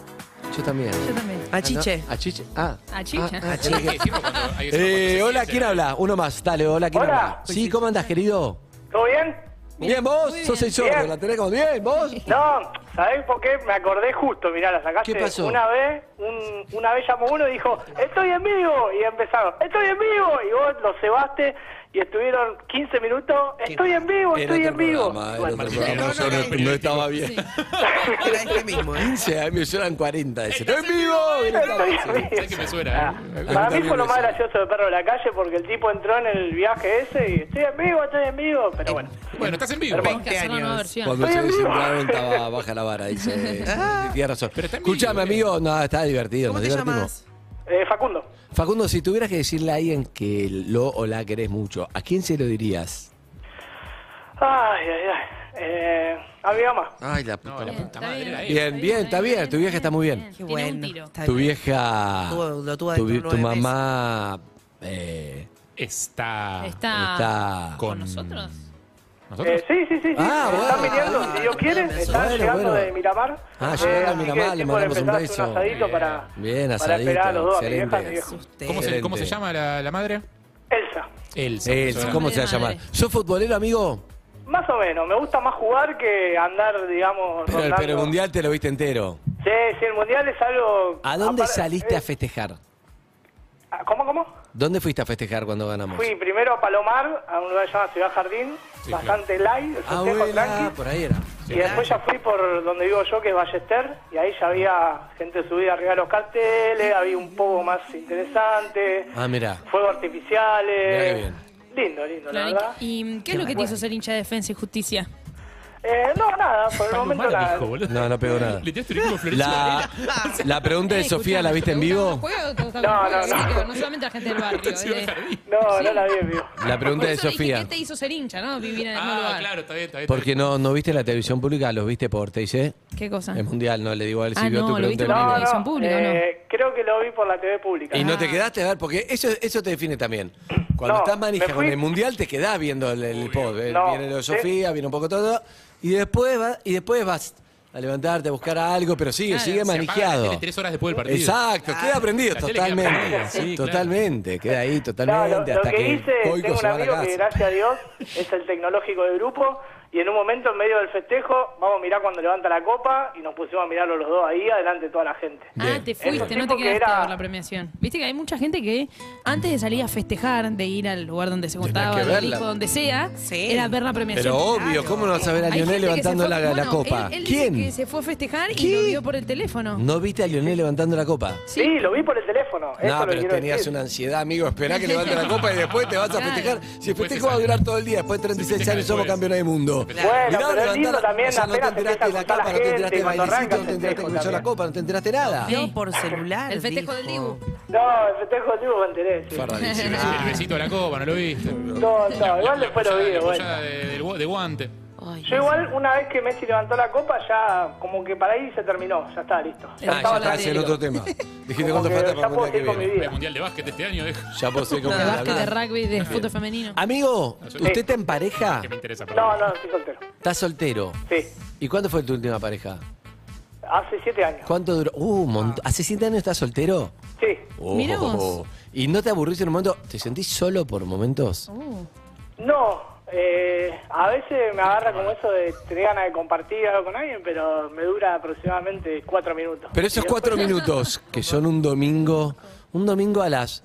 Yo también.
Yo también.
A Chiche.
¿A Chiche? Ah.
A Chicha.
Ah, ah,
Hay que decirlo cuando- hay que decirlo cuando
Eh,
se
hola,
siente.
¿quién habla? Uno más, dale, hola, ¿quién
Hola.
habla? Sí, ¿cómo andás, querido?
¿Todo bien?
Bien, vos, sos el sordo,
Bien.
la tenés como bien, vos.
No, ¿sabés por qué? Me acordé justo, mirá, la sacaste.
¿Qué pasó?
Una vez, un- una vez llamó uno y dijo, estoy en vivo, y empezaron, estoy en vivo, y vos lo cebaste, y estuvieron 15 minutos, estoy en vivo,
Era
estoy
otro
en vivo.
programa, era
Bueno,
otro
Martín,
programa,
no,
yo
no,
no-
no,
no estaba bien.
Era este mismo, ¿eh?
15, a mí me suenan 40. ese. ¡Estoy en vivo! Y no estaba,
estoy
sí.
en vivo.
¿Sabés qué me suena?
Ah.
eh?
Para
También
mí fue lo
me
más
suena.
gracioso de Perro de la Calle porque el tipo entró en el viaje ese y estoy en vivo, estoy en vivo, pero bueno.
Bueno, estás en vivo.
Tenemos
Este
que hacer una nueva versión.
Cuando se desenrabenta baja la vara, dice. Tienes razón.
Pero está en
Escuchame,
vivo,
amigo. No, está divertido.
¿Cómo
nos
te
divertimos.
llamas?
Eh, Facundo,
Facundo, si tuvieras que decirle a alguien que lo o la querés mucho, ¿a quién se lo dirías?
Ay, ay, ay. Eh, a mi mamá.
Ay, la puta.
No, la puta madre. era él.
Bien, bien, está bien. Tu vieja está muy bien.
Tiene
Qué
un
bueno.
tiro.
está
Tu
bien.
vieja.
Tuvo- lo tuvo
tu,
adentro
vi- tu
nueve meses.
mamá. eh,
Está.
Está,
Ah, Está
con,
con-
nosotros.
¿Nosotros?
Eh, sí, sí, sí, sí.
Ah,
están
bueno.
viniendo, si Dios quiere, están
Bueno,
llegando
bueno.
de Miramar.
Ah, llegaron a
así que
Miramar,
es
le
tiempo de
mandamos un
empezar
beso.
Un asadito
Bien.
para,
bien,
para esperar a
asadito.
los dos, a mi vieja y mi
Excelente.
viejo.
¿Cómo, se, ¿Cómo se
Excelente.
llama
llama
la, la madre?
Elsa.
Elsa.
Elsa, ¿cómo se va a
Madre.
llamar? ¿Sos futbolero, amigo?
Más o menos, me gusta más jugar que andar, digamos,
Pero, el-
rondando.
pero el mundial te lo viste entero.
Sí, sí, el mundial es algo...
¿A dónde
aparte-
saliste a
eh,
festejar?
¿Cómo, cómo?
¿Dónde fuiste a festejar cuando ganamos?
Fui primero a Palomar, a un lugar llamado Ciudad Jardín,
Sí,
bastante light, el festejo
Abuela,
tranqui.
Ah, por ahí era.
y después ya fui por donde vivo yo, que es Ballester, y ahí ya había gente subida arriba de los carteles, había un poco más interesante,
Ah, mirá.
fuegos artificiales.
Mirá qué bien.
Lindo, lindo, la
Claro,
verdad.
¿Y mm, qué es lo que te hizo ser hincha de defensa y justicia?
Eh, no, nada, por el momento
Palomar,
nada.
dijo, boludo.
No, no pegó nada.
Le este tiraste un hijo de Florencia
La,
Varela.
la pregunta
Eh,
de Sofía, ¿la viste en vivo?
No,
No, no, no.
No solamente la gente del barrio.
Ciudad
eh.
Jardín.
No, no la vi en vivo.
La pregunta
Por
de
eso dije,
Sofía.
¿Qué te hizo ser hincha, no? Vivir en el mismo
Ah,
lugar.
claro, está bien, está bien. está
Porque no, no viste la televisión pública, los viste por TIC.
¿Qué cosa?
El mundial, no le digo a él si
Ah,
vio tu
no, lo viste
pregunta
por
en vivo.
No,
televisión
no,
pública, ¿o no?
eh, creo que lo vi por la TV pública.
Y no te quedaste a ver, porque eso, eso te define también. Cuando
No,
estás manija
me
con
fui-
el mundial, te quedás viendo el, el pod. eh.
No,
viene lo de
sí.
Sofía, viene un poco todo. Y después, va- y después vas a levantarte, a buscar algo, pero sigue,
Claro,
sigue
bien. Se apaga la
manijeado.
tele tres horas después del partido.
Exacto, queda aprendido
La tele queda
totalmente.
prendida, sí, claro.
totalmente, queda ahí
No,
totalmente
lo, lo
hasta
que
que,
hice,
Goico
tengo un
se va a la
amigo
casa.
que gracias a Dios es el tecnológico del grupo y en un momento en medio del festejo, vamos a mirar cuando levanta la copa y nos pusimos a mirarlo los dos ahí adelante de toda la gente.
Ah, te fuiste,
Bien.
no te
Tipo que
quedaste
era-
a ver la premiación. Viste que hay mucha gente que antes de salir a festejar, de ir al lugar donde se juntaba,
que
al
verla.
disco, donde sea,
Sí.
era ver la premiación. Ah,
Pero obvio, ¿cómo no vas a ver a
Hay gente
Lionel
que
levantando
se fue-
la, la
bueno,
copa?
Él, él dice
¿Quién?
que se fue a festejar y
¿Qué?
lo vio por el teléfono.
¿No viste a Lionel levantando la copa?
Sí, lo vi por el teléfono. eso
No,
lo
pero
quiero
tenías
decir.
una ansiedad, amigo. Esperá que levante la copa y después te vas a
Claro.
festejar. Si el
Después
festejo
se
va a
sabe.
durar todo el día, después de 36
festeja
años somos
después.
campeones del mundo.
Bueno,
Mirá,
pero es
levantá
lindo
la-
también,
o sea, no te
apenas empieza
enteraste
a
de la
juntar
capa,
la
no te
gente,
enteraste de
cuando
bailecito,
arranca
no
el
te enteraste que
festejo
escuchó la
también. Ah,
copa, no te enteraste nada.
Sí.
No por celular.
El festejo del
dijo.
Dibu.
No, el festejo del Dibu me enteré. sí.
Fardísimo.
El besito de la copa, ¿no lo viste?
No, no, igual
La
después lo
apoyada-
vi.
la
bueno.
apoyada de, del gu- de guante.
Yo igual, una vez que Messi levantó la copa, ya como que para ahí se terminó, ya está, listo. Ya
Ah, ya
estaba la
estás en
tele.
otro tema. Dijiste
Como
cuánto
que
falta para
ya
el
puedo
mundial que
seguir con mi
viene.
El
vida.
mundial de básquet este año, deja.
Ya puedo seguir con
De
mi
básquet, de
vida.
rugby, de fútbol femenino.
Amigo, ¿usted está en pareja?
Que me interesa.
No,
perdón.
no, estoy soltero.
¿Estás soltero?
Sí,
¿Y cuándo fue tu última pareja?
hace siete años.
¿Cuánto duró? Uh, un montón. ¿Hace siete años estás soltero?
Sí.
Mirá vos.
¿Y no te aburrís en un momento? ¿Te sentís solo por momentos?
Uh,
No, eh, a veces me agarra como eso de tener ganas de compartir algo con alguien, pero me dura aproximadamente cuatro minutos.
Pero esos
Y
cuatro
después-
minutos, que son un domingo, un domingo a las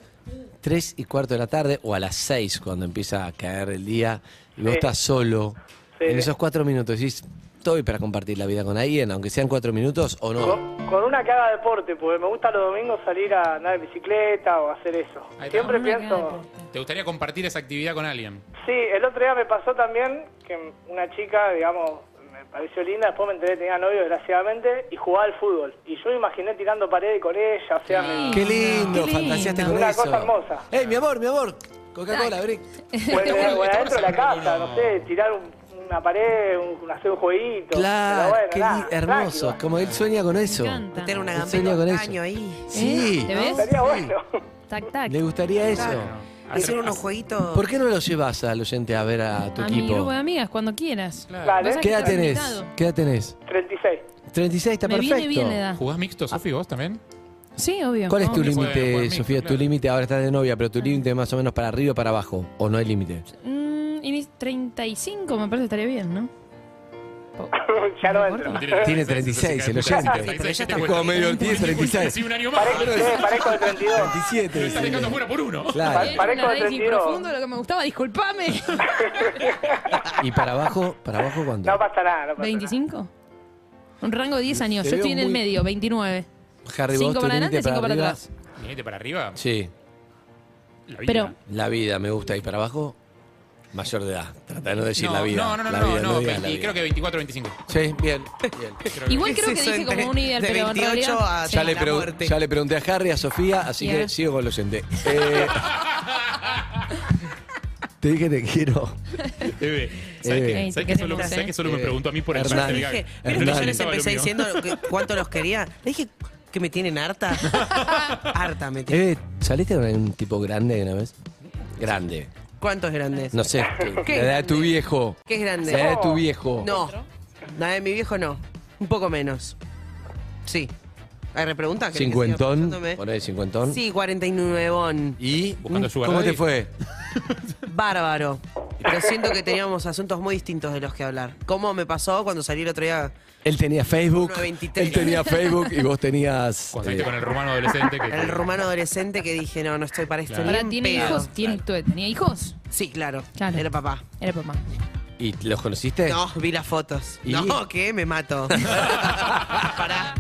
tres y cuarto de la tarde o a las seis cuando empieza a caer el día y vos
Sí.
estás solo,
Sí.
en esos cuatro minutos decís, estoy para compartir la vida con alguien, aunque sean cuatro minutos o
Oh.
no.
Con, con una que haga deporte, porque me gusta los domingos salir a andar en bicicleta o hacer eso.
Ahí está.
Siempre
Una que haga
pienso...
deporte.
¿Te gustaría compartir esa actividad con alguien?
Sí, el otro día me pasó también que una chica, digamos, me pareció linda, después me enteré que tenía novio, desgraciadamente, y jugaba al fútbol. Y yo me imaginé tirando paredes con ella, o sea, me-
Qué
Qué
lindo,
lindo.
fantaseaste con
Una
eso.
cosa hermosa.
¡Ey, mi amor, mi amor! Coca-Cola, abrí.
o en-
Está bueno,
o en
está
adentro de la
bueno sacar
casa,
uno-
no sé, tirar un- una pared, un- hacer un jueguito.
Claro,
Pero bueno,
qué
nada,
li- hermoso.
tranqui,
Como él sueña con eso.
me encanta. ¿Eh?
Tener una
Un sueño
gambeta
con
un
eso.
caño ahí.
Sí,
¿Te ves?
Estaría bueno.
Tac, tac.
le gustaría eso.
Ah,
Hacer unos jueguitos.
¿Por qué no lo llevas al oyente a ver a tu
A mi
equipo?
grupo de amigas, cuando quieras.
Dale,
Pasa
¿Qué
que
edad
estás
tenés?
invitado.
¿Qué edad tenés?
36.
36, está
Me
perfecto.
viene bien la edad.
¿Jugás mixto, Sofi, vos también?
Sí, obvio.
¿Cuál es tu
Obvio.
puede jugar
límite,
mixto,
Sofía? ¿Tu
claro.
límite? Ahora estás de novia, pero tu límite más o menos para arriba o para abajo. ¿O no hay límite?
Mm, y mis 35 me parece estaría bien, ¿no? Po-
ya no entro.
Tiene 36, el oyente.
Pero ya está
Te
Como medio
cuesta.
tiene 36.
Sí, un año más.
Parezco, eh, parezco de 32.
37.
Lo estás dejando
dice.
fuera por uno.
Claro.
Era un
parezco de
análisis
32.
profundo de lo que me gustaba, disculpame.
¿Y para abajo? ¿Para abajo cuánto?
No pasa nada, no pasa nada.
¿25? Un rango de 10 años.
Te
Yo
veo
estoy en el
muy-
medio, 29.
Harry, vos
Cinco
tu
para
límite
adelante,
para
cinco para
arriba.
atrás.
Límite para arriba.
Sí,
La vida.
Pero-
la vida me gusta. ¿Y para abajo? Mayor de edad. Trata de no decir
No,
la vida.
no, no, no,
la
no,
vida,
no,
digas la
y
vida.
creo que 24 25.
Sí, bien, bien.
Igual
¿Qué
creo
es
que
eso
dije
entre-
como un ideal,
de
pero en
28
realidad...
a-
sí.
Ya le,
la
pregun-
muerte.
ya le pregunté a Harry, a Sofía, así
Ya.
que sigo con los oyentes. Eh, Te dije te quiero. Eh,
Eve, ¿sabes
Eve.
qué?
Ey,
¿Sabes
te
qué solo,
queremos,
¿sabes
eh.
qué solo me
Eve.
preguntó a mí por el
Yo
Yo
Hernán,
chat
le
del
dije,
Gaby?
¿vieron que yo
Hernán.
les
Estaba lo
empecé
mío.
diciendo que- cuánto los quería? Le dije que me tienen harta. harta me tienen.
Eh, ¿Saliste con un tipo grande una vez? Grande.
¿Cuántos grandes?
No sé.
¿Qué
La edad de tu
grande?
viejo.
¿Qué es
La
grande?
edad de tu viejo.
No. La de mi viejo no. Un poco menos. Sí. ¿Hay repregunta? ¿Querés que siga
Cincuentón.
preguntándome?
Poné cincuentón.
Sí, 49.
¿Y mm,
Buscando Sugar
cómo te
Daddy.
fue?
Bárbaro. Pero siento que teníamos asuntos muy distintos de los que hablar. ¿Cómo me pasó cuando salí el otro día?
Él tenía Facebook.
Uno de 23.
Él tenía Facebook y vos tenías.
Cuando
eh,
viste con el rumano adolescente que
El rumano adolescente que dije, no, no estoy para esto.
Claro.
ni
Ahora
en
tiene
pedo.
hijos. Tiene, ¿Tenía hijos?
Sí, claro.
Claro.
Era papá.
Era papá.
¿Y los conociste?
No, vi las fotos.
Eh. ¿Y?
No, que me mato. Pará.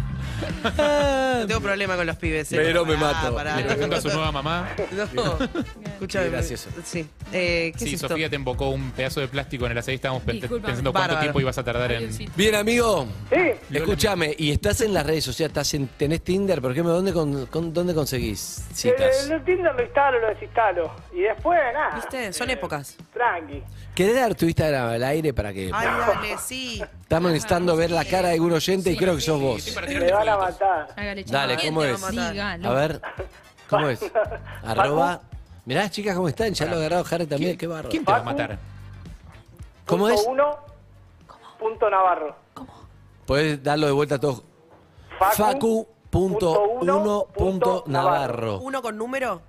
No tengo problema con los pibes. eh.
Pero me
Pará,
mato.
pará.
le está junto a su nueva mamá.
No. Escúchame.
Qué gracioso.
Sí. Eh, ¿Qué
Sí,
es esto?
Sofía te embocó un pedazo de plástico en el aceite. Estábamos pen-
Disculpa.
pensando cuánto
Bárbaro.
tiempo ibas a tardar en.
Diosito.
Bien, amigo.
Sí, eh,
Escúchame, y estás en las redes sociales, estás en, tenés Tinder, por ejemplo, ¿dónde, con- con- dónde conseguís
Eh,
citas?
el Tinder lo instalo, lo desinstalo. Y después, nada.
¿Viste? Son
eh,
épocas.
Tranqui.
¿Querés dar tu Instagram al aire para que...
Ay, dale, sí.
Estamos necesitando ver la cara de algún oyente y creo que sos vos.
Para
Me
tirarte
van a
fotos.
matar.
Hágale, chaval.
Dale, ¿cómo
¿Quién
es?
te va a matar?
Dígalo.
A ver, ¿cómo es? Arroba... Mirá, chicas, ¿cómo están? Ya lo ha agarrado Jare también, qué barro.
¿Quién te va a matar?
¿Cómo
Punto
es?
Uno, punto Navarro.
Podés darlo de vuelta a todos. Facu.1.navarro.
¿Uno con número?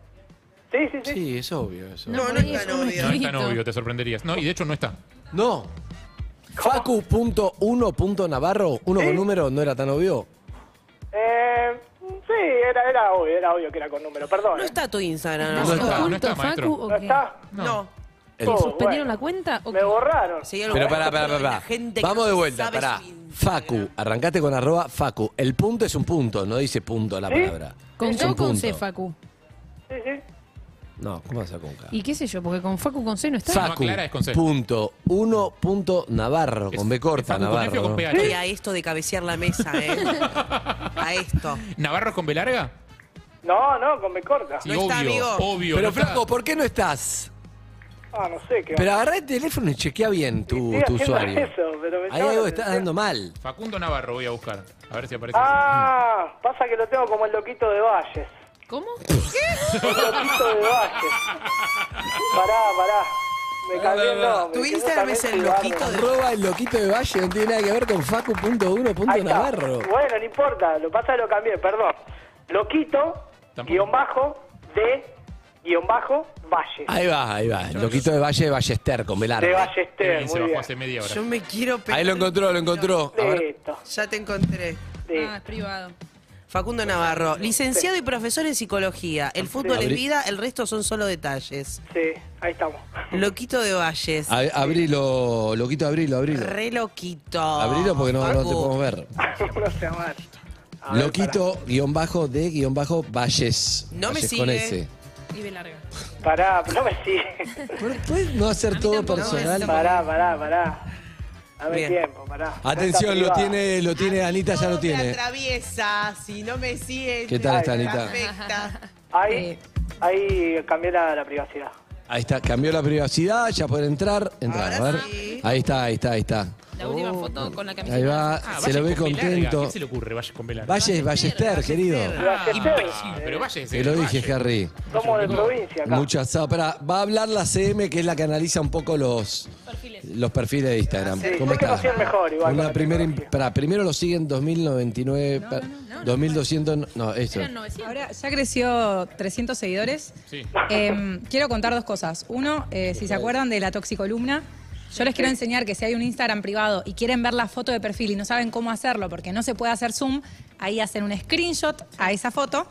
Sí, sí, sí.
Sí, es obvio eso.
No, no
Ay,
es tan
un
No
obvio.
es tan
escrito.
obvio, te sorprenderías. No, y de hecho no está.
No. Facu.1.navarro, uno con número, no era tan obvio.
Eh, sí, era, era obvio, era obvio que era con número, perdón.
No
eh.
está tu Instagram,
No
¿no?
¿Estás
está, no
oculto,
está, maestro.
Facu, o
¿No
qué?
está?
No.
El-
Oh,
¿Suspendieron
bueno.
la cuenta? ¿O
Me
qué?
borraron.
Sí, algo
Pero
raro,
pará, pará,
pero
pará.
la gente que
Vamos de
no
vuelta,
sabe
pará.
su Instagram.
Facu, arrancate con arroba Facu. El punto es un punto, no dice punto la palabra.
¿Con
Es
K
un
o con
punto.
C, Facu?
Sí, sí.
No, ¿cómo vas a con K?
Y qué sé yo, porque con Facu con C no está.
Fa-
Facu,
No, Clara es con C.
punto, uno, punto, Navarro, con B corta,
Facu con F o
Navarro.
con
¿no?
PH.
Y a esto de cabecear la mesa, ¿eh? A esto.
¿Navarro es con B larga?
No, no, con me corta.
Sí,
No
obvio,
está, amigo.
obvio.
Pero
no está.
Flaco, ¿por qué no estás?
Ah, no sé qué.
Pero agarrá el teléfono y chequea bien tu,
Estoy
tu
haciendo
usuario.
eso, pero me
Ahí
llama
algo
la
está
atención.
dando mal.
Facundo Navarro voy a buscar. A ver si aparece.
Ah, pasa que lo tengo como el loquito de Valles.
¿Cómo?
El loquito de Valles. Pará, pará. Me cambié el nombre.
Tu
que yo
Instagram
también
es el
soy
loquito
barro.
de-
Roba el loquito de Valle, no tiene nada que ver con
Ahí está.
Facu.1.navarro.
Bueno, no importa, lo pasa que lo cambié, perdón. Loquito,
Tampoco.
guión bajo, de, guión bajo, Valles.
Ahí va, ahí va. El loquito de Valle de Ballester, con Belardo.
De
Qué
Ballester,
bien, se
muy
bajó
bien.
hace media hora.
Yo me quiero pe-
Ahí lo encontró, lo encontró. A ver.
Listo,
Ya te encontré.
Ah,
listo.
es privado.
Facundo Navarro, licenciado y profesor en psicología. El fútbol es
Abrí-
vida, el resto son solo detalles.
Sí, ahí estamos.
Loquito de Valles.
A- Abrilo, loquito, abrilo, abrilo.
Re loquito.
Abrilo porque no, no te
Facu.
podemos ver.
no se amar.
Loquito, guión bajo, de guión bajo, Valles.
No me
Valles
sigue.
con S.
Y de larga.
Pará, no me sigue.
Pero, ¿Puedes no hacer todo
tampoco me
personal?
sigue.
Pará, pará, pará. Dame
Bien.
tiempo, pará.
Atención, lo
Cuenta
tiene, lo tiene, Anita ya lo
Ah, No me
tiene.
atraviesa, si no me sigue.
¿Qué tal está,
Ay,
Anita?
Perfecta.
privada. Ahí, ahí cambié la, la privacidad.
Ahí está, cambió la privacidad, ya pueden entrar. Entra, a
Ahora
ver.
sí.
Ahí está, ahí está, ahí está.
Oh,
La última foto con la camiseta.
Ahí va,
Ah,
se
Valle
lo ve
con B larga.
contento.
¿Quién se le ocurre Valle con B larga?
Valles, Ballester, querido.
Ah,
Ballester.
imbécil, pero Valle es
Te
el
lo
de
dije,
Valle.
Harry.
Somos de provincia acá.
Muchas ah, pará, va a hablar la CM, que es la que analiza un poco los
Perfiles.
los perfiles de Instagram.
Sí,
¿Cómo
yo que
está?
no soy el mejor, igual, con
Una
la
primera im-
tecnología.
pará, primero lo siguen 2099, pa- 2200, no, eso.
Eran 900.
Ahora ya creció 300 seguidores.
Sí.
Eh, quiero contar dos cosas. Uno, eh, si se acuerdan de la toxicolumna, yo les quiero enseñar que si hay un Instagram privado y quieren ver la foto de perfil y no saben cómo hacerlo porque no se puede hacer zoom, ahí hacen un screenshot a esa foto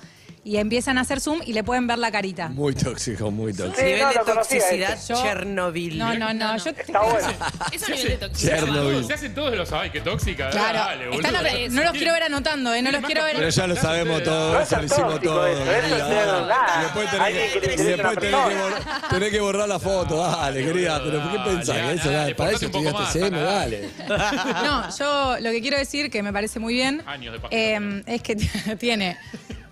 y empiezan a hacer zoom y le pueden ver la carita.
Muy tóxico, muy tóxico.
Sí,
Nivel
no,
de
lo conocía este.
toxicidad
Yo-
Chernobyl.
No, no, no, yo
Está bueno.
Eso nivel de
Chernobyl.
Se hacen todos los ay, qué tóxica.
Claro,
dale, boludo.
están- no los quiero ver anotando, eh, no los quiero ver.
Pero ya lo sabemos todo,
No es
eso lo hicimos
tóxico
todo.
eso, eso es
querida,
verdad.
dale. Y después tenés
Alguien que le
que, y
interese a
después
una
tenés que,
persona.
borrar, tenés que borrar la foto, dale, querida. Pero ¿qué
dale,
pensás? que eso,
dale,
dale, para
portate
eso
un poco
estudiaste
más,
CM,
dale.
dale.
No, yo lo que quiero decir, que me parece muy bien,
Años de pajero,
eh, es que tiene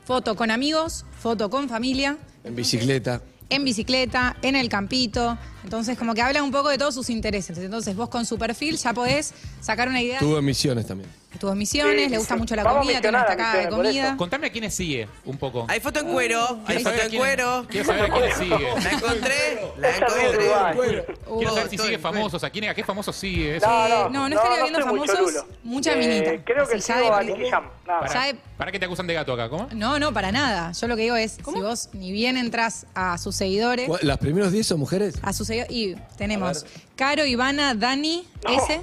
foto con amigos, foto con familia
En bicicleta.
en bicicleta, en el campito. Entonces, como que habla un poco de todos sus intereses. Entonces, vos con su perfil ya podés sacar una idea
Tuvo misiones también.
de tus misiones,
Sí,
le gusta
sí.
mucho la
Vamos a
comida, tiene una
misionar a
estacada de
misiones,
comida.
Contame a quiénes sigue un poco.
Hay foto en cuero, hay
Quiero saber
foto
a
en
quién-
cuero.
Quiero saber a quiénes sigue.
La encontré, la
Esa es
encontré.
Uruguay.
Quiero
Hubo-
saber si sigue famosos. ¿A, quién, a qué famosos sigue? Eso.
Eh, no, no estaría viendo
soy muy
famosos,
cholulo.
mucha minita.
Creo que
Así, ya
sigo
de
a
pri-
Nicky Jam. Nada más.
para,
ya he-
para que te acusan de gato acá, ¿cómo?
No, no, para nada. Yo lo que digo es, si vos ni bien entras a sus seguidores,
¿Cuál- ¿Las primeros 10 son mujeres?
a sus seguidores, y tenemos Caro, Ivana, Dani, S,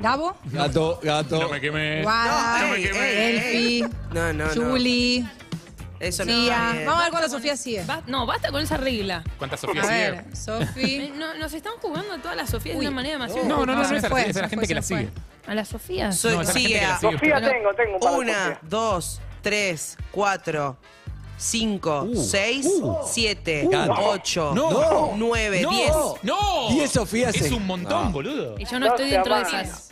Davo,
Gato, gato.
No me quemé.
Guada,
no, ey, ey,
Elfi,
eh, No, no, no.
Julie,
Eso no
Sofía.
está bien.
Vamos a ver cuándo Sofía sigue.
Ba- no, basta con esa regla.
¿Cuántas
A
Sofías sigue?
ver, Sofi.
Eh, no- nos están jugando a todas las Sofías de una manera demasiado.
No, no, no, no,
No, se
es a la,
fue,
es a la
se
gente
fue,
que la
se fue.
sigue.
¿A las Sofías?
Soy-
No, es a la gente
sigue
que la
a
sigue.
Sofía tengo, tengo un par de
Una,
Sofía.
dos, tres, cuatro, cinco,
Uh,
seis,
uh,
siete,
uh,
ocho,
no,
nueve,
¡No!
diez.
¡No!
Diez Sofías Ah.
Es
sigue.
un montón,
No.
boludo.
Y yo no estoy
Doce,
dentro de
Amanda.
esas.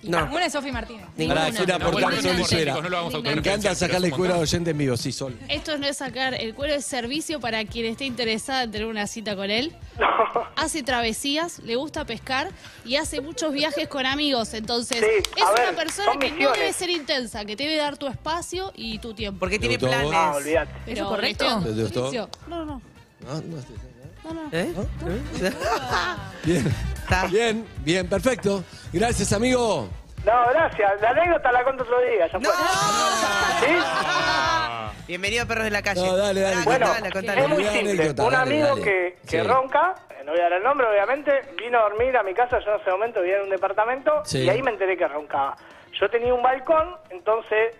No.
Una es Sofi Martínez.
Ninguna.
Pará, quiero
No,
aportar
bueno, no,
Sol
no,
Usera.
chicos, no lo vamos a
Me
autorreferenciar,
encanta sacarle
es un
cuero a
montón.
oyente en vivo, sí, Sol.
Esto no es sacar, el cuero es servicio para quien esté interesada en tener una cita con él. Hace travesías, le gusta pescar y hace muchos viajes con amigos. Entonces,
Sí,
es
a ver,
una persona
son
que no
misiones.
debe ser intensa, que te debe dar tu espacio y tu tiempo.
Porque
¿Te
tiene
gustó?
planes.
Ah, olvídate.
Pero
¿Eso correcto?
le estoy
¿Te
dando
gustó?
servicio. No, no,
No, no, estoy-
no, no.
¿Eh?
Bien,
Está.
bien, bien, perfecto. Gracias, amigo.
No, gracias. La anécdota la cuento otro día. Ya fue. ¿Sí?
Bienvenido a Perros de la Calle.
No, dale, dale.
Ah,
Bueno,
contala, contala.
es muy
Olvidá
simple.
anécdota,
un
dale,
amigo
dale.
que, que
Sí.
ronca, eh, no voy a dar el nombre, obviamente, vino a dormir a mi casa, yo en ese momento vivía en un departamento,
Sí.
y ahí me enteré que roncaba. Yo tenía un balcón, entonces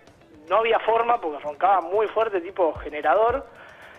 no había forma, porque roncaba muy fuerte, tipo generador.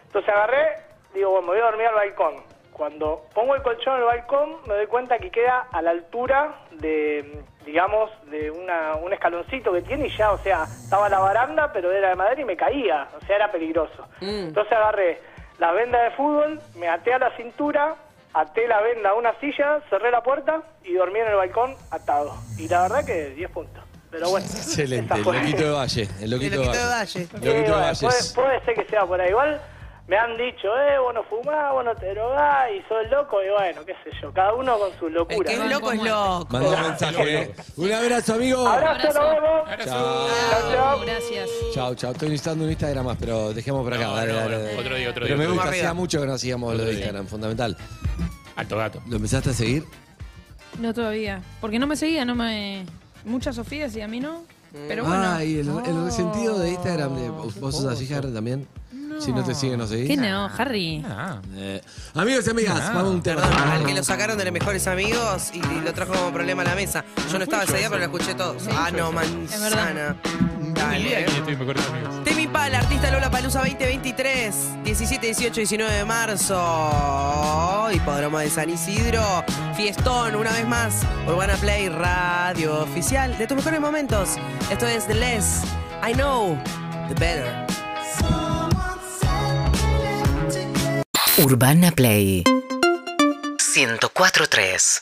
Entonces agarré, digo, bueno, me voy a dormir al balcón. Cuando pongo el colchón en el balcón, me doy cuenta que queda a la altura de, digamos, de una, un escaloncito que tiene y ya, o sea, estaba la baranda, pero era de madera y me caía, o sea, era peligroso. Entonces agarré la venda de fútbol, me até a la cintura, até la venda a una silla, cerré la puerta y dormí en el balcón atado. Y la verdad que 10 puntos. Pero bueno,
Excelente,
esa
el
fue.
loquito de Valle. El
El
loquito,
loquito de Valle. Eh, pues,
El
Sí,
loquito de
bueno,
Valle.
puede, puede ser que sea por ahí. Igual me han dicho, eh, vos no fumás, vos no te drogás y sos loco. Y bueno, qué sé yo, cada uno con su
El
locura.
que es loco es loco.
Manda un mensaje. eh.
pues,
Un abrazo, amigo.
Abrazo, nos vemos.
Chao.
Chau, chau.
Gracias.
Chao, chao. Estoy necesitando un Instagram más, pero dejemos por acá.
No,
dale,
no,
dale,
no.
dale.
Otro día, otro
Pero
día,
me
otro
gusta,
día.
hacía mucho que no hacíamos lo
Otro
de
día.
Instagram, fundamental.
Alto gato.
¿Lo empezaste a seguir?
No todavía. Porque no me seguía, no me. Muchas Sofías y a mí no. Pero bueno.
Ay, el, el resentido de Instagram. De, ¿Vos sos así, Harry, también? Si no te siguen, no seguís.
¿Qué no, Harry?
Ah,
Eh, amigos y amigas, vamos a un tema.
Perdón, al que lo sacaron de los mejores amigos y, y lo trajo como problema a la mesa.
Ah,
Yo no estaba ese día, pero lo escuché todo. Ah, no, manzana. Dale. eh.
y estoy mejor con amigos.
Temi Pal, artista Lola Palusa 2023, 17, 18, 19 de marzo. Hipódromo de San Isidro, fiestón, una vez más. Urbana Play, radio oficial de tus mejores momentos. Esto es The Less I Know, The Better.
Urbana Play
Play 104.3